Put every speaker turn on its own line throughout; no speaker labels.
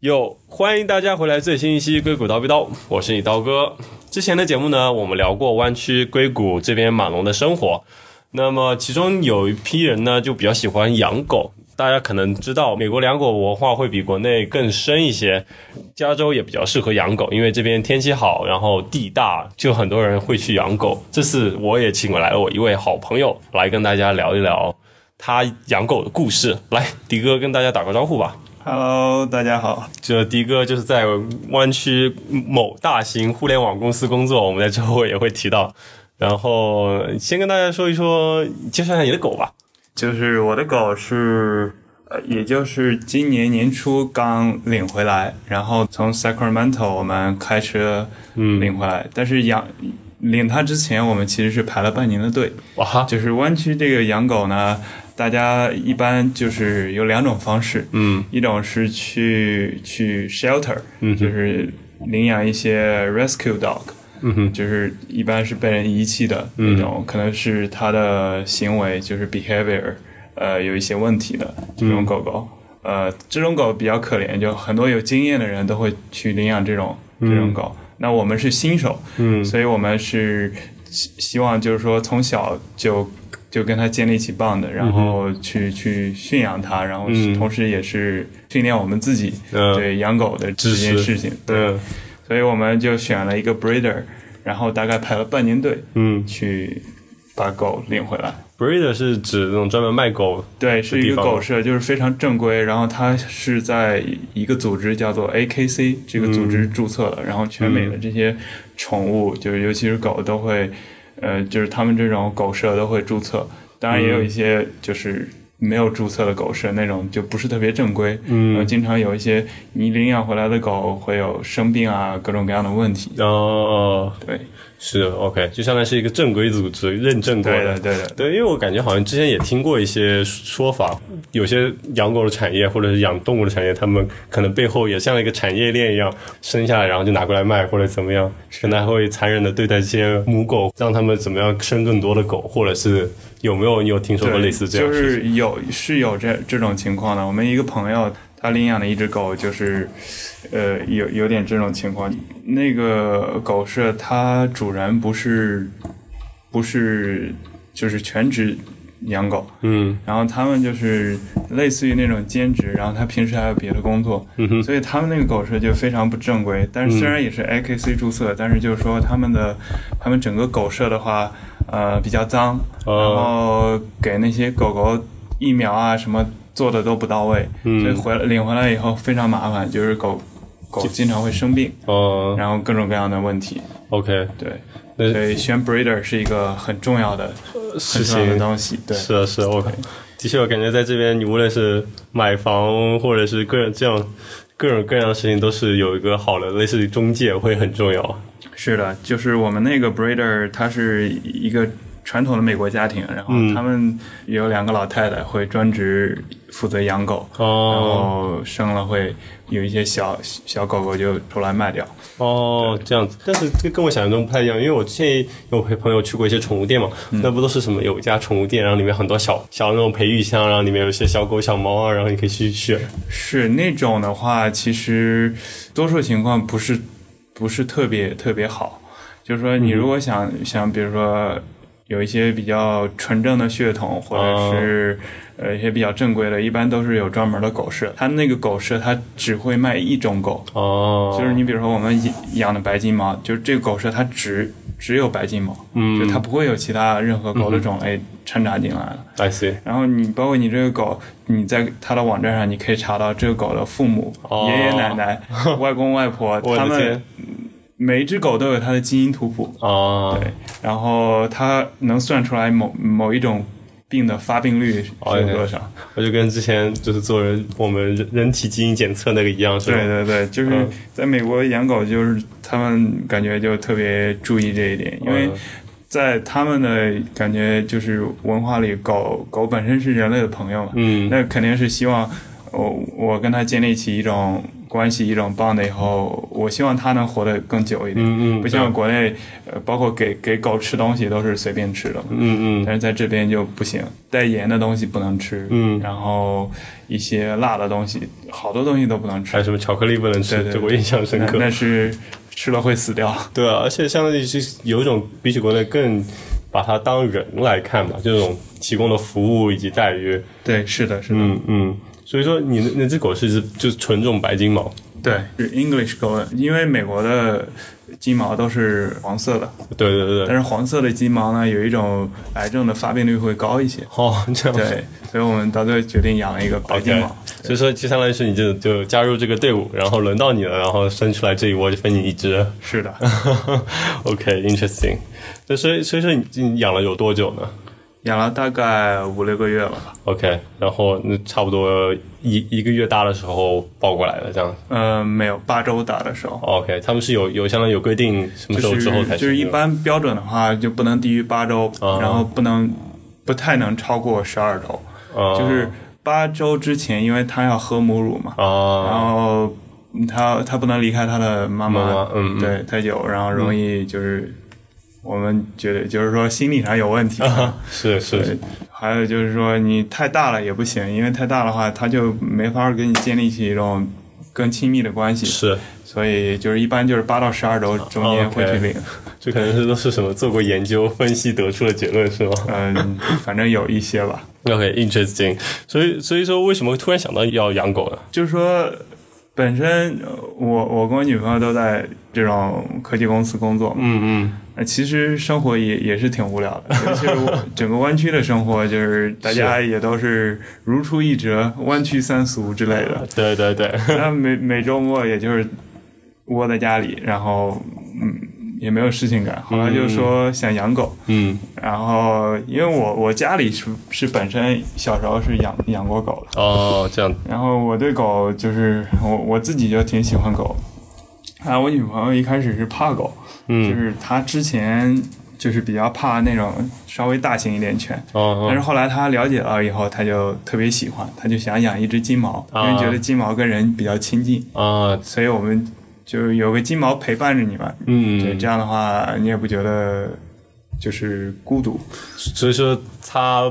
哟，欢迎大家回来最新一期《硅谷叨逼叨》，我是你刀哥。之前的节目呢，我们聊过湾区硅谷这边码农的生活。那么其中有一批人呢，就比较喜欢养狗。大家可能知道，美国养狗文化会比国内更深一些。加州也比较适合养狗，因为这边天气好，然后地大，就很多人会去养狗。这次我也请来了我一位好朋友来跟大家聊一聊他养狗的故事。来，迪哥跟大家打个招呼吧。
Hello，大家好。
这迪哥就是在湾区某大型互联网公司工作，我们在之后也会提到。然后先跟大家说一说，介绍一下你的狗吧。
就是我的狗是，呃，也就是今年年初刚领回来，然后从 Sacramento 我们开车领回来，但是养领它之前，我们其实是排了半年的队。
哇哈，
就是湾区这个养狗呢，大家一般就是有两种方式，
嗯，
一种是去去 shelter，
嗯哼
就是领养一些 rescue dog，
嗯哼，嗯
就是一般是被人遗弃的那种，可能是它的行为就是 behavior，呃，有一些问题的这种狗狗，
嗯
呃，这种狗比较可怜，就很多有经验的人都会去领养这种这种狗。那我们是新手，
嗯
所以我们是希希望就是说从小就就跟它建立起 bond，然后去、去驯养它，然后
嗯
同时也是训练我们自己、
嗯
对养狗的这
知识
件事情。对，
嗯
所以我们就选了一个 breeder，然后大概排了半年队
嗯
去把狗领回来。
，breeder 是指那种专门卖狗。
对，是一
地
个
方
狗舍，就是非常正规。然后它是在一个组织叫做 AKC 这个组
嗯
织注册的。然后全美的这些宠物，就是尤其是狗，都会，呃，就是他们这种狗舍都会注册。当然也
嗯
有一些就是没有注册的狗舍，那种就不是特别正规。然后
嗯，
经常有一些你领养回来的狗会有生病啊，各种各样的问题。
哦，
对，
是 OK，就相当于是一个正规组织认证过
对
的
的，。对的，
对，因为我感觉好像之前也听过一些说法，有些养狗的产业或者是养动物的产业，他们可能背后也像一个产业链一样，生下来然后就拿过来卖或者怎么样，可能还会残忍的对待这些母狗，让他们怎么样生更多的狗，或者是有没有你有听说过
对，
类似这样
就
的事情？
是有是有这这种情况的。我们一个朋友他领养的一只狗，就是呃有有点这种情况。那个狗是它主人不是不是就是全职养狗，
嗯
然后他们就是类似于那种兼职，然后他平时还有别的工作，
嗯哼
所以他们那个狗舍就非常不正规。但是虽
嗯
然也是 AKC 注册，但是就是说他们的他们整个狗舍的话，呃，比较脏，然
哦
后给那些狗狗疫苗啊什么做的都不到位，
嗯
所以回来领回来以后非常麻烦，就是狗狗经常会生病，
哦
然后各种各样的问题，
，OK，
对，
那
所以选 breeder 是一个很重要的
事
很重要的
情
东西，对。
是啊，是啊，我靠的确，我感觉在这边，你无论是买房或者是各种这样各种各样的事情，都是有一个好的类似于中介会很重要。
是的，就是我们那个 breeder，他是一个传统的美国家庭，然后
嗯
他们有两个老太太会专职负责养狗，然
哦
后生了会有一些小小狗狗就出来卖掉。
哦，这样子，但是这跟我想象中不太一样，因为我之前有陪朋友去过一些宠物店嘛，那不都是什么有一家宠物店，然后里面很多小小的那种培育箱，然后里面有一些小狗、小猫啊，然后你可以去选。
是那种的话，其实多数情况不是不是特别特别好，就是说你如果想、
嗯
想，比如说。有一些比较纯正的血统，或者是、
哦
呃一些比较正规的，一般都是有专门的狗舍。它那个狗舍，它只会卖一种狗，
哦，
就是你比如说我们养养的白金毛，就是这个狗舍它只只有白金毛，
嗯
就它不会有其他任何狗的种类掺杂进来了。
I see，
然后你包括你这个狗，你在它的网站上，你可以查到这个狗的父母、
哦
爷爷奶 奶、外公外婆，
我
他
的
们
天，
每一只狗都有它的基因图谱，
哦，
对，然后它能算出来某某一种病的发病率是
哦
有多少。
我就跟之前就是做人我们人人体基因检测那个一样，是吧？
对对对，就是
嗯
在美国养狗，就是他们感觉就特别注意这一点，因为
嗯
在他们的感觉就是文化里，狗狗本身是人类的朋友嘛，
嗯
那肯定是希望我我跟他建立起一种关系、一种 bond 以后，我希望他能活得更久一点。
嗯嗯
不像国内，呃，包括给给狗吃东西都是随便吃的嘛，
嗯嗯
但是在这边就不行，带盐的东西不能吃，
嗯
然后一些辣的东西，好多东西都不能
还
吃
有，什么巧克力不能吃
对，对
这我印象深
那
刻。
那是吃了会死掉。
对啊，而且相当于是有一种比起国内更把它当人来看嘛，这种提供的服务以及待遇。
对，是的，是的，
嗯嗯，所以说你那那只狗是一只就是纯种白金毛，
对，是 English 狗的，因为美国的金毛都是黄色的，
对对对
但
对。
是黄色的金毛呢，有一种癌症的发病率会高一些。
哦，这样
对，所以我们到最后决定养了一个白金
OK，
毛。
所以说，就相当于是你就就加入这个队伍，然后轮到你了，然后生出来这一窝就分你一只。
是的，
OK，interesting、那所以所以说你你养了有多久呢
养了大概五六个月了吧。
？OK，然后那差不多一一个月大的时候抱过来的这样。
呃，没有，八周打的时候。
OK，他们是有有相当于有规定什么
就
时候
是
之后才
就是一
行的
般标准的话，就不能低于八周，
啊
然后不能不太能超过十二周，
啊
就是八周之前，因为它要喝母乳嘛，然
啊
后它它不能离开它的妈妈，
妈妈嗯嗯嗯
对，太久，然后容易就是、我们觉得就是说心理上有问题。
是是
对，还有就是说你太大了也不行，因为太大的话，它就没法跟你建立起一种更亲密的关系，
是，
所以就是一般就是八到十二周中间会去
哦 OK
领。
这可能是都是什么做过研究分析得出的结论是吗
嗯，反正有一些吧。
？OK，interesting、所以所以说为什么突然想到要养狗呢？
就是说，本身呃我我跟我女朋友都在这种科技公司工作嘛，
嗯嗯，
呃其实生活也也是挺无聊的，尤其是我整个湾区的生活，就是大家也都是如出一辙，湾区三俗之类 的。
对对对，
那每每周末也就是窝在家里，然后嗯也没有事情干，后来就说想养狗。
嗯
然后，因为我我家里是是本身小时候是养养过狗的，
哦这样，
然后我对狗就是我我自己就挺喜欢狗，啊，我女朋友一开始是怕狗，就
嗯
是她之前就是比较怕那种稍微大型一点犬，但
哦
是后来她了解了以后，她就特别喜欢，她就想养一只金毛，因
啊
为觉得金毛跟人比较亲近，
哦啊
所以我们就有个金毛陪伴着你嘛，对，
嗯
这，样的话你也不觉得就是孤独，
所以说他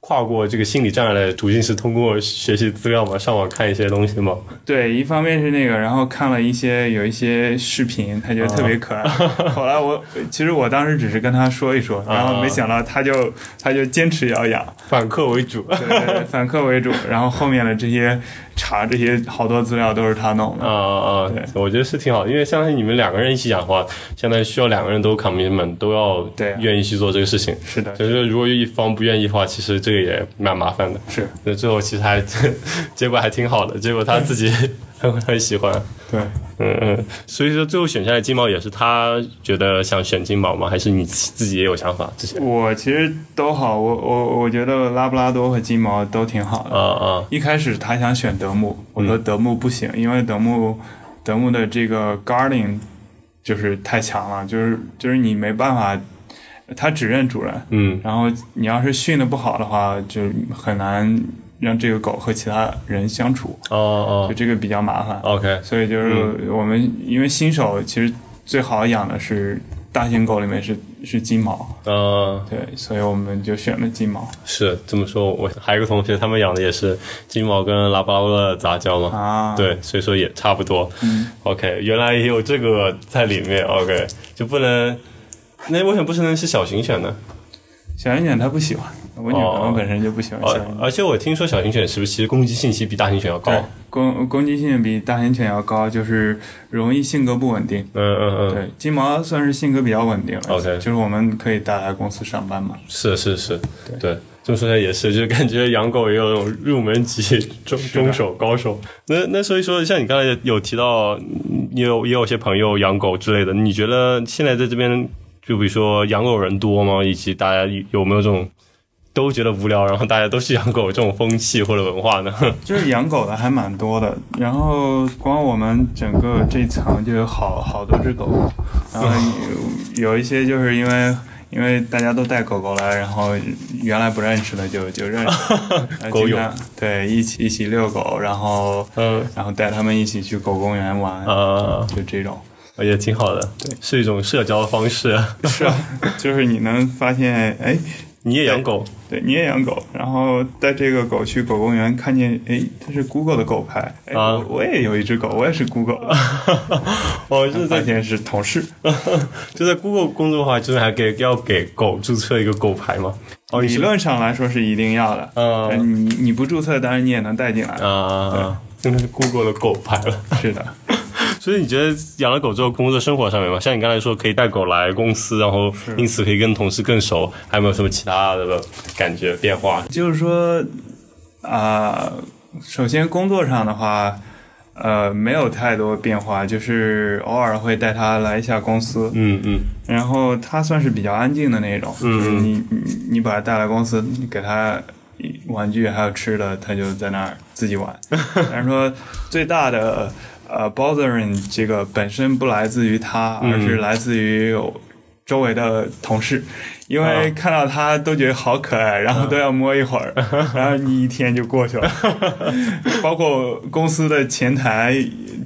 跨过这个心理障碍的途径是通过学习资料嘛，上网看一些东西嘛。
对，一方面是那个，然后看了一些有一些视频，他觉得特别可爱。 后来我其实我当时只是跟他说一说，然后没想到他就他就坚持要养，
反客为主
对对对，反客为主。然后后面的这些查这些好多资料都是他弄
啊
的。
啊
对！
我觉得是挺好的，因为相当于你们两个人一起养的话，相当于需要两个人都 commitment，都要
对啊
愿意去做这个事情。
是的
所，以说，如果有一方不愿意的话，其实这个也蛮麻烦的。
是
那最后其实还 结果还挺好的，结果他自己 很很喜欢。
对，
嗯嗯，所以说最后选下来金毛也是他觉得想选金毛吗？还是你自己也有想法？之前
我其实都好，我我我觉得拉布拉多和金毛都挺好的。
啊啊
一开始他想选德牧，我说德牧不行，因为德牧德牧的这个 guarding 就是太强了，就是就是你没办法，他只认主人，
嗯
然后你要是训的不好的话，就很难让这个狗和其他人相处，
哦哦
就这个比较麻烦。
，OK，
所以
嗯
就是我们因为新手其实最好养的是大型狗里面是是金毛，
嗯、
对，所以我们就选了金毛
是这么说。我还有一个同学，他们养的也是金毛跟拉布拉多的杂交嘛。
啊，，嗯
对，所以说也差不多。OK，原来也有这个在里面。OK，就不能，那为什么不是能是小型犬呢？
小型犬它不喜欢，我女朋
哦
友本身就不喜欢小型犬
而。而且我听说小型犬是不是其实攻击性其实比大型犬要高？
对，攻攻击性比大型犬要高，就是容易性格不稳定。
嗯嗯嗯，
对，金毛算是性格比较稳定了。
OK
就是我们可以带来公司上班嘛。
是是是，对。这么说起来也是，就是感觉养狗也有那种入门级、中中手、高手。那那所以说，像你刚才有提到，嗯也有也有些朋友养狗之类的，你觉得现在在这边，就比如说养狗人多吗？以及大家有没有这种都觉得无聊，然后大家都去养狗这种风气或者文化呢？
就是养狗的还蛮多的，然后光我们整
嗯
个这一层就有好好多只狗，然后有有一些就是因为因为大家都带狗狗了，然后原来不认识的就就 认识了然后
狗
经
友
常，对，一起一起遛狗，然后
嗯
然后带他们一起去狗公园玩，
啊，
就这种。
也挺好的，对，是一种社交方式。
是啊， 就是你能发现，哎，
你也养狗，
对，你也养狗，然后带这个狗去狗公园，看见，哎，这是 Google 的狗牌，哎，
啊
我我也有一只狗，我也是 Google 的，
哦，就是
发
在
现是同事。
就在 Google 工作的话，就是还给要给狗注册一个狗牌吗？哦，你
理
是
论上来说是一定要的，
嗯
但你你不注册，当然你也能带进来。
啊，真的是 Google 的狗牌 了。
是的，
所以你觉得养了狗之后，工作生活上面嘛，像你刚才说可以带狗来公司，然后因此可以跟同事更熟，还有没有什么其他的感觉变化？
就是说，啊、首先工作上的话，呃，没有太多变化，就是偶尔会带它来一下公司，
嗯嗯
然后它算是比较安静的那种，就是你你你把它带来公司，你给它玩具啊还有吃的，它就在那儿自己玩。但是说最大的呃 bothering 这个本身不来自于它，而是来自于我周围的同事，因为
啊
看到它都觉得好可爱，然后都要摸一会儿，然后你一天就过去了。 包括公司的前台，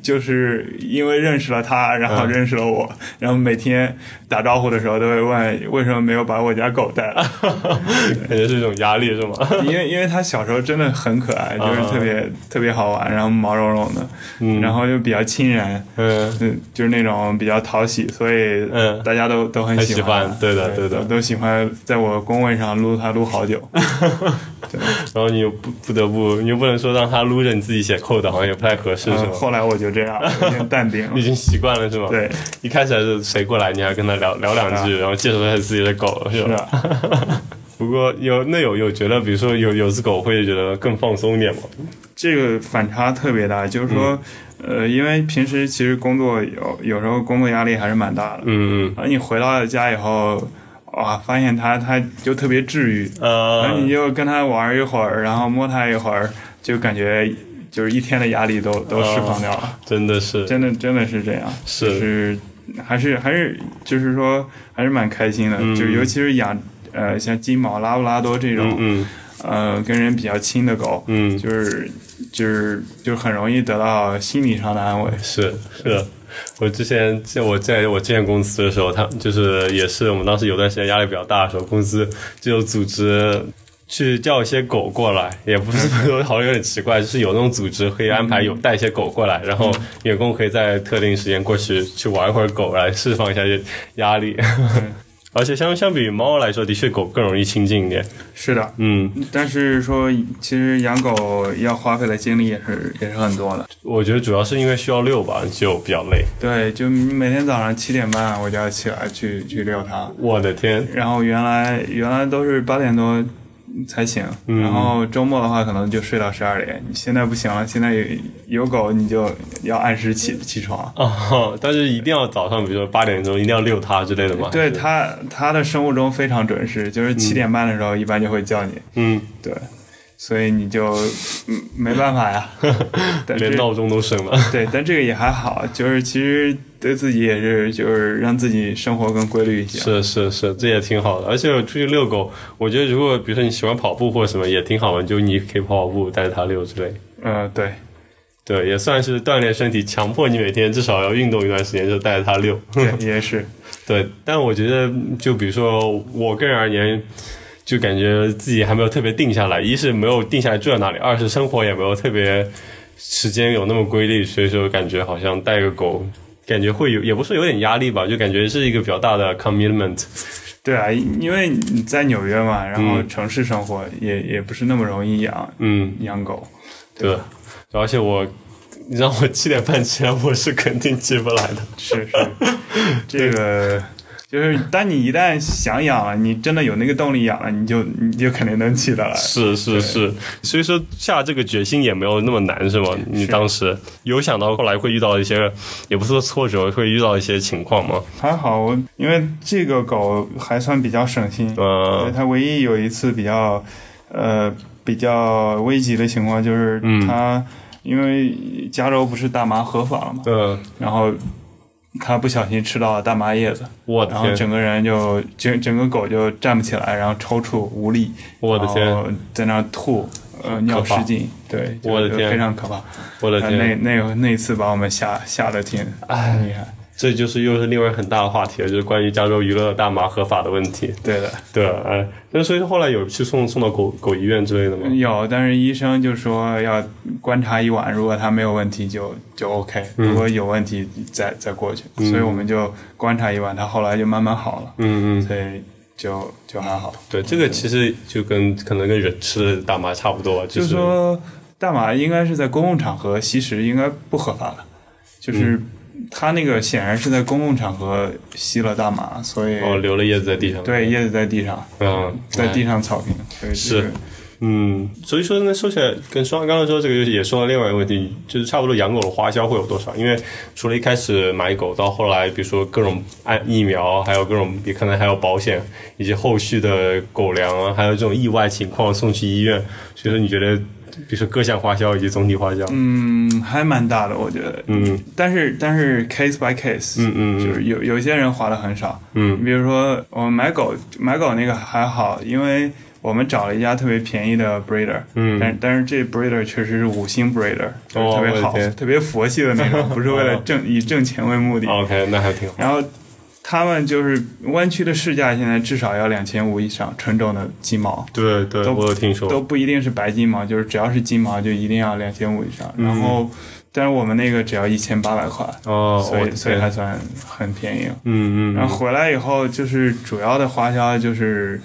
就是因为认识了他，然
嗯
后认识了我，然后每天打招呼的时候都会问为什么没有把我家狗带来，
感觉是一种压力是吗？
因为因为他小时候真的很可爱，
嗯
就是特别、特别好玩，然后毛茸茸的，然后又比较亲人，
嗯，
嗯，就是那种比较讨喜，所以
嗯
大家都、都很
很
喜
喜欢对的对的
都都喜欢在我工位上撸它撸好久，
然后你又不不得不，你又不能说让它撸着你自己写 code，好像也不太合适是
嗯
吗？
后来我就这样，有点淡定
你已
了，
经习惯了是吗？
对，
一开始还是谁过来你还跟他聊聊两句，然后介绍一下自己的狗是吧？啊
是吧？
不过有那有有觉得，比如说有有只狗会觉得更放松一点吗？
这个反差特别大，就是说，
嗯
呃，因为平时其实工作有有时候工作压力还是蛮大的，
嗯
然后你回到了家以后，哇，发现它它就特别治愈，
嗯呃
然后你就跟它玩一会儿，然后摸它一会儿，就感觉就是一天的压力
嗯
都都释放掉了，
真的是
真的真的是这样，
嗯是
就是还是还是就是说还是蛮开心的，
嗯
就尤其是养呃像金毛、拉布拉多这种，
嗯
呃跟人比较亲的狗，
嗯
就是就是就是很容易得到心理上的安慰。
是是的，我之前在我在我之前公司的时候，他就是也是我们当时有段时间压力比较大的时候，公司就组织。去叫一些狗过来，也不是说好像有点奇怪，就是有那种组织可以安排有带一些狗过来，然后
嗯
员工可以在特定时间过去去玩一会儿狗，来释放一下压力。
嗯
而且相相比于猫来说，的确狗更容易亲近一点。
是的，
嗯，
但是说其实养狗要花费的精力也是也是很多的。
我觉得主要是因为需要遛吧，就比较累。
对，就你每天早上七点半我就要起来去去遛它，
我的天，
然后原来原来都是八点多。才醒，然后周末的话可能就睡到十二点。你现在不行了，现在有有狗你就要按时起起床。
哦，但是一定要早上，比如说八点钟一定要遛它之类的嘛。
对，它它的生物钟非常准时，就是七点半的时候一般就会叫你。
嗯，
对，所以你就嗯没办法 呀。但
连
这
闹钟都省了。
对，但这个也还好，就是其实对自己也是，就是让自己生活更规律一些。
是是是，这也挺好的。而且出去遛狗，我觉得如果比如说你喜欢跑步或者什么，也挺好玩，就你可以跑跑步，带着它遛之类。
呃，对，
对，也算是锻炼身体，强迫你每天至少要运动一段时间，就带着它遛。
也也是，
对，但我觉得，就比如说我个人而言，就感觉自己还没有特别定下来。一是没有定下来住在哪里，二是生活也没有特别时间有那么规律，所以说感觉好像带个狗，感觉会有，也不是有点压力吧，就感觉是一个比较大的 commitment。
对啊，因为你在纽约嘛，然后
嗯
城市生活也、也不是那么容易养
嗯，
养狗。
对。而且我，你让我 七点半起来，我是肯定起不来的。
是是，这个。就是，当你一旦想养了，你真的有那个动力养了，你就你就肯定能起得来。
是是是，所以说下这个决心也没有那么难，是吗？你当时有想到后来会遇到一些，也不是说挫折，会遇到一些情况吗？
还好，我因为这个狗还算比较省心，
呃
对它唯一有一次比较，呃，比较危急的情况就是它，因为加州不是大麻合法了嘛，
嗯
然后它不小心吃到了大麻叶子，
我的
然后
天，
整个人就整整个狗就站不起来，然后抽搐无力，
我的天
然后在那儿吐，呃，尿失禁，对，就
我的
就
天
非常可怕。
我的
呃那
天，
那那一次把我们吓吓得挺挺厉害，
这就是又是另外很大的话题了，就是关于加州娱乐大麻合法的问题。
对的。
对，哎，那所以说后来有去送送到狗狗医院之类的吗？
有，但是医生就说要观察一晚，如果他没有问题就就 OK，如
嗯
果有问题再再过去。所以我们就观察一晚，他后来就慢慢好了，
嗯嗯，
所以就就还好。
对，这个其实就跟可能跟人吃的大麻差不多，
就是
是
说大麻应该是在公共场合吸食，应该不合法的，就是。
嗯
他那个显然是在公共场合吸了大麻，所以、
哦留了叶子在地上。，
对叶子在地上，
嗯，
在地上草坪，所以这
是
个
嗯，所以说呢，说起来跟说刚刚说这个，也说到另外一个问题，就是差不多养狗的花销会有多少？因为除了一开始买狗，到后来比如说各种按疫苗，还有各种也可能还有保险，以及后续的狗粮啊，还有这种意外情况送去医院，所以说你觉得，比如说各项花销以及总体花销，嗯
嗯，还蛮大的，我觉得。
嗯
但是但是 case by case，
嗯嗯
就是有有些人花的很少，
嗯
比如说我们买狗买狗那个还好，因为我们找了一家特别便宜的 breeder，
嗯
但但是这 breeder 确实是五星 breeder，就是
哦
特别
我
好
的、天
特别佛系的那种，不是为了
哦
挣以挣钱为目的。
，OK，那还挺好，
然后他们就是湾区的市价现在至少要两千五以上，纯种的鸡毛。
对对，
都
我有听说，
都不一定是白金毛，就是只要是金毛就一定要两千五以上。
嗯
然后，但是我们那个只要一千八百块，
哦，
所
我
以
的
所以
天
还算很便宜了。
嗯嗯，
然后回来以后，就是主要的花销就是，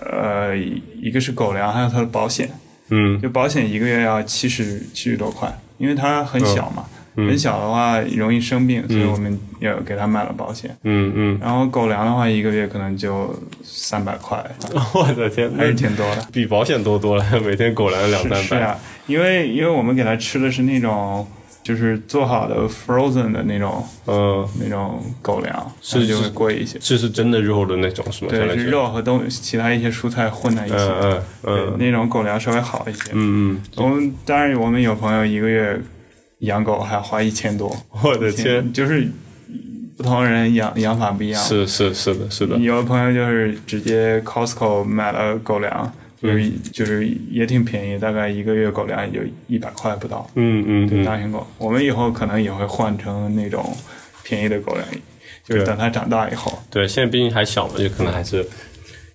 呃，一个是狗粮，还有它的保险。
嗯
就保险一个月要七十七十多块，因为它很小嘛，
嗯
很小的话容易生病，所以我们要给它买了保险。
嗯嗯，
然后狗粮的话，一个月可能就三百块，
我的天，
还
那
是挺多的。
比保险多多了， 每天狗粮两
是
三
是
百，
啊，因为因为我们给它吃的是那种就是做好的 frozen 的那种
嗯。
那种狗粮，
是
它就是会贵一些。
这是真的肉的那种是吗？相
对，
当于
是，肉和东其他一些蔬菜混在一起，
嗯嗯
对，
嗯
那种狗粮稍微好一些。
嗯嗯，
我们当然我们有朋友一个月养狗还花一千多，
我的天，
就是不同人养养法不一样。
是是是的，是的，
有的朋友就是直接 Costco 买了狗粮，
嗯
就是、就是也挺便宜，大概一个月狗粮也就一百块不到。
嗯嗯嗯，
大型狗，我们以后可能也会换成那种便宜的狗粮，就是
对
等它长大以后，
对，现在毕竟还小嘛，就可能还是，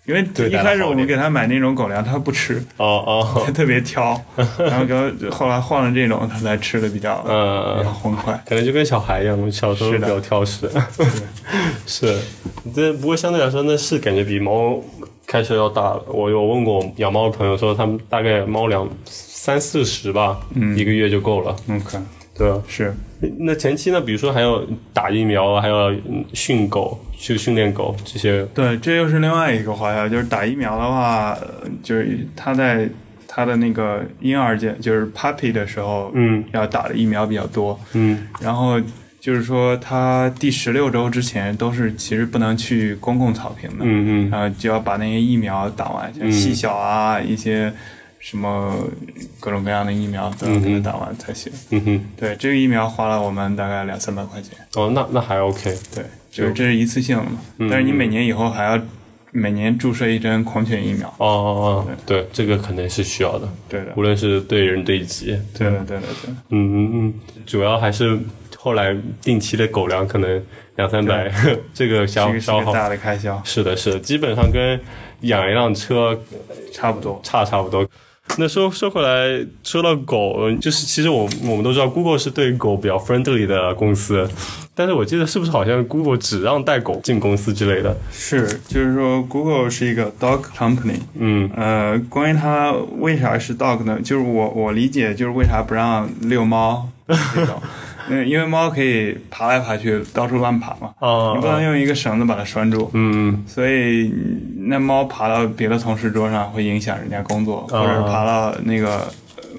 因为
对
一
待它
开始
好
我
一
们
点
给它买那种狗粮，它不吃，
哦
它
哦，
特别 挑，然后给它后来换了这种，它才吃的比较
嗯
比较欢快。
可能就跟小孩一样，我小时候
是
比
的
较 挑食，是，这不过相对来说，那是感觉比猫开销要大了。我有问过我养猫的朋友，说他们大概猫粮三四十吧，
嗯
一个月就够了，
OK，
对啊。
嗯是
那前期呢，比如说还要打疫苗啊，还要嗯训狗，去训练狗这些，
对，这又是另外一个花销，就是打疫苗的话，呃就是它在它的那个婴儿界，就是 puppy 的时候，
嗯
要打的疫苗比较多，
嗯
然后就是说，它第十六周之前都是其实不能去公共草坪的，
嗯嗯
然后就要把那些疫苗打完，像细小啊、一些什么各种各样的疫苗都要给它打完才行。
嗯哼，
对，这个疫苗花了我们大概两三百块钱，
哦，那那还 OK，
对，就是这是一次性的嘛，
嗯
但是你每年以后还要每年注射一针狂犬疫苗。
哦哦哦，对，这个肯定是需要的，
对的，
无论是对人对己，
对的，对的，对的。
嗯嗯嗯，主要还是后来定期的狗粮可能两三百， 这个
这
消
个是
消
个
耗。
大的开销，
是的，是的，基本上跟养一辆车
差不多。
差差不多。那说说回来，说到狗，就是其实我我们都知道，Google 是对狗比较 friendly 的公司，但是我记得是不是好像 Google 只让带狗进公司之类的？
是，就是说，Google 是一个 dog company，
嗯
呃，关于它为啥是 dog 呢？就是我我理解就是为啥不让遛猫这 种，嗯，因为猫可以爬来爬去，到处乱爬嘛，
啊
你不能用一个绳子把它拴住，
嗯
所以那猫爬到别的同事桌上会影响人家工作，或者
啊
爬到那个呃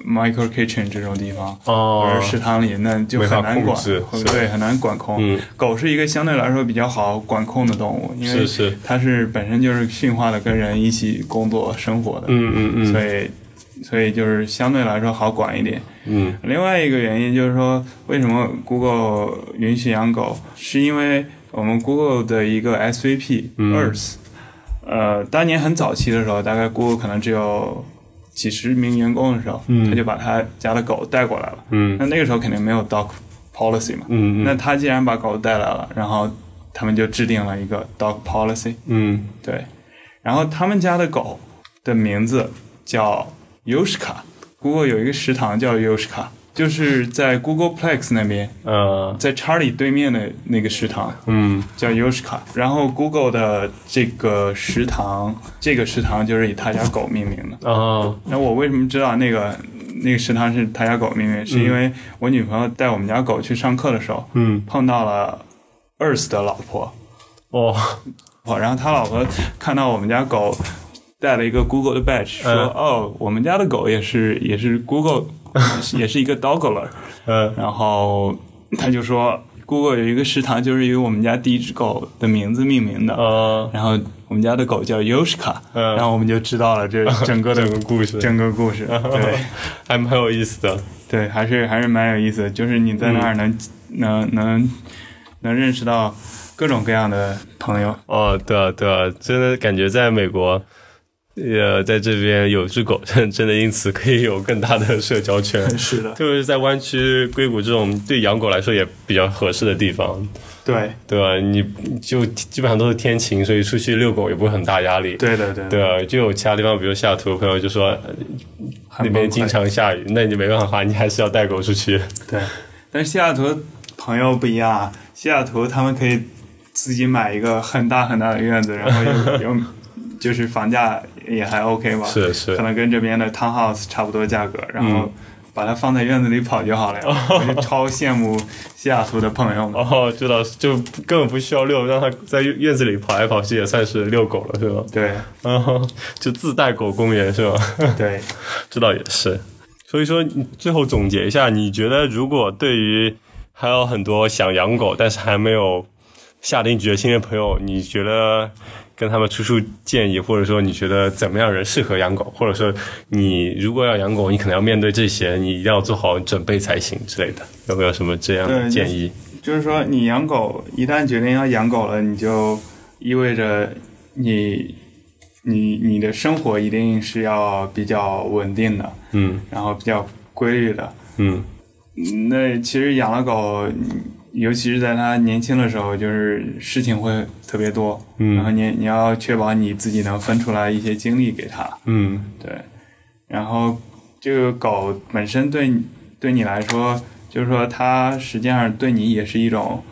micro kitchen 这种地方。或
哦
者，食堂里，那就很难
没法控
管
制，
会
是
对，很难管控。
嗯
狗是一个相对来说比较好管控的动物，因为
是是
它是本身就是驯化的，跟人一起工作生活的。
嗯嗯嗯，
所以所以就是相对来说好管一点。
嗯
另外一个原因就是说，为什么 Google 允许养狗，是因为我们 Google 的一个 SVP、Earth，呃，当年很早期的时候，大概 Google 可能只有几十名员工的时候，他就把他家的狗带过来了。
嗯
那那个时候肯定没有 dog policy 嘛，
嗯
那他既然把狗带来了，然后他们就制定了一个 dog policy，
嗯
对，然后他们家的狗的名字叫 Yoshka。Google 有一个食堂叫 Yoshka，就是在 Googleplex 那边，
呃
在 Charlie 对面的那个食堂
嗯
叫 Yoshka。然后 Google 的这个食堂，这个食堂就是以他家狗命名的。
啊
那我为什么知道那个那个食堂是他家狗命名？是因为我女朋友带我们家狗去上课的时候，
嗯
碰到了 Earth 的老婆，
哦
哦，然后他老婆看到我们家狗带了一个 Google 的 badge，说、
嗯
哦，我们家的狗也是也是 Google，也 是一个 Doggler，
呃
然后他就说 Google 有一个食堂就是以我们家第一只狗的名字命名的，
呃
然后我们家的狗叫 Yoshka，、
嗯
然后我们就知道了 这整个的
整个故事
整个故事，嗯对。
还蛮有意思的。
对，还是还是蛮有意思的，就是你在那儿能、能能能认识到各种各样的朋友。
哦，对啊，对啊，真的感觉在美国，呃，在这边有只狗，真真的因此可以有更大的社交圈，
是的，
特别是在湾区、硅谷这种对养狗来说也比较合适的地方，
对，
对吧？你就基本上都是天晴，所以出去遛狗也不会很大压力。
对的，对的，
对啊，就有其他地方，比如西雅图，朋友就说呃
很崩
那
溃
边经常下雨，那你没办法，你还是要带狗出去。
对，但是西雅图朋友不一样啊，西雅图他们可以自己买一个很大很大的院子，然后有有就是房价也还 OK 吧，
是是嗯
可能跟这边的 townhouse 差不多价格，然后把它放在院子里跑就好了呀。我就超羡慕西雅图的朋友们。
哦，知道，就根本不需要遛，让它在院院子里跑来跑去也算是遛狗了，是吧？
对
然后 就自带狗公园是吧？
对，
这倒也是。所以说，你最后总结一下，你觉得如果对于还有很多想养狗但是还没有下定决心的朋友，你觉得跟他们出出建议，或者说你觉得怎么样人适合养狗，或者说你如果要养狗，你可能要面对这些，你一定要做好准备才行之类的，有没有什么这样的
对
建议？
就是说，你养狗，一旦决定要养狗了，你就意味着你、你、你的生活一定是要比较稳定的，
嗯
然后比较规律的。
嗯
嗯那其实养了狗，尤其是在它年轻的时候，就是事情会特别多，
嗯
然后你你要确保你自己能分出来一些精力给它，
嗯
对。然后这个狗本身对你对你来说，就是说它实际上对你也是一种，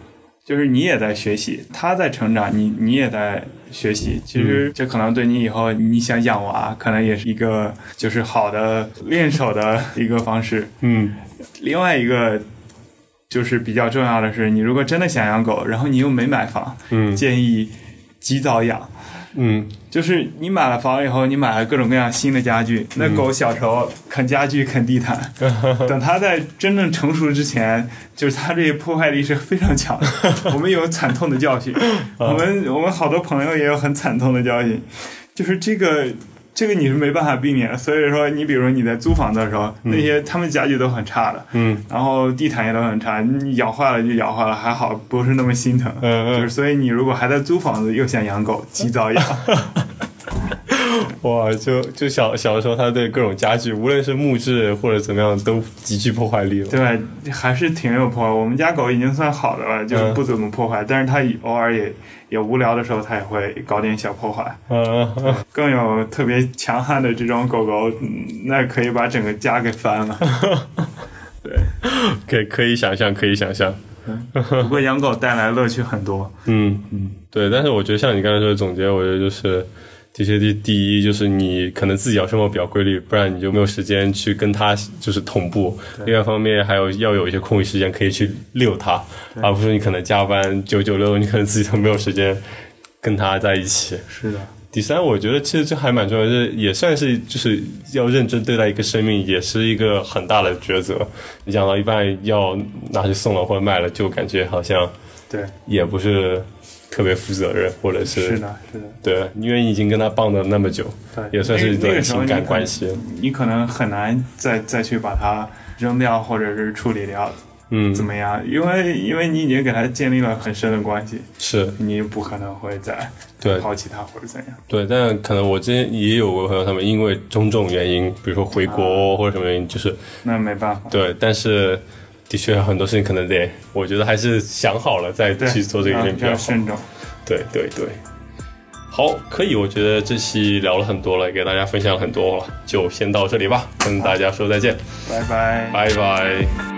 就是你也在学习，它在成长，你你也在学习。其实这可能对你以后你想养娃，可能也是一个就是好的练手的一个方式。
嗯
另外一个就是比较重要的是，你如果真的想养狗，然后你又没买房，
嗯
建议及早养。
嗯
就是你买了房以后，你买了各种各样新的家具，
嗯
那狗小时候啃家具、啃地 毯，等它在真正成熟之前，就是它这破坏力是非常强 的。我们有惨痛的教
啊
训，我们我们好多朋友也有很惨痛的教训，就是这个。这个你是没办法避免的，所以说你比如说你在租房子的时候，那些他们家具都很差的，
嗯
然后地毯也都很差，你咬坏了就咬坏了，还好不是那么心疼。
嗯
就是所以你如果还在租房子又想养狗，及早养。
哇，就就小小的时候，他对各种家具，无论是木质或者怎么样，都极具破坏力了。
对，还是挺有破坏。我们家狗已经算好的了，
嗯
就是不怎么破坏，但是它偶尔也也无聊的时候，它也会搞点小破坏。
嗯，嗯
更有特别强悍的这种狗狗，嗯那可以把整个家给翻 了。
嗯 可以可以想象，可以想象。
不过养狗带来乐趣很多，
嗯嗯，对。但是我觉得像你刚才说的总结，我觉得就是的确第第一就是你可能自己要生活比较规律，不然你就没有时间去跟它就是同步。另外一方面，还有要有一些空余时间可以去遛它，而不是你可能加班九九六，你可能自己都没有时间跟它在一起。
是的，
第三，我觉得其实这还蛮重要，就是也算是就是要认真对待一个生命，也是一个很大的抉择。你讲到一半要拿去送了或者卖了，就感觉好像
对，
也不是特别负责任，或者是
是的，是的，
对，因为已经跟他棒了那么久，
对，
也算是
那
一
个
段
那个时候
情
你
感
可
关
能，
系。
你可能很难再再去把它扔掉或者是处理掉，
嗯，
怎么样？因为因为你已经给他建立了很深的关系，
是
你不可能会再
对
抛弃他或者怎样。
对，但可能我之前也有过朋友，他们因为种种原因，比如说回
啊
国或者什么原因，就是
那没办法，
对，但是的确很多事情可能得，我觉得还是想好了再
对，
去做这个事
嗯
情
比
比较
较
好。
慎重。
对对对，好，可以，我觉得这期聊了很多了，也给大家分享了很多了，就先到这里吧，跟大家说再见，
拜拜。
拜拜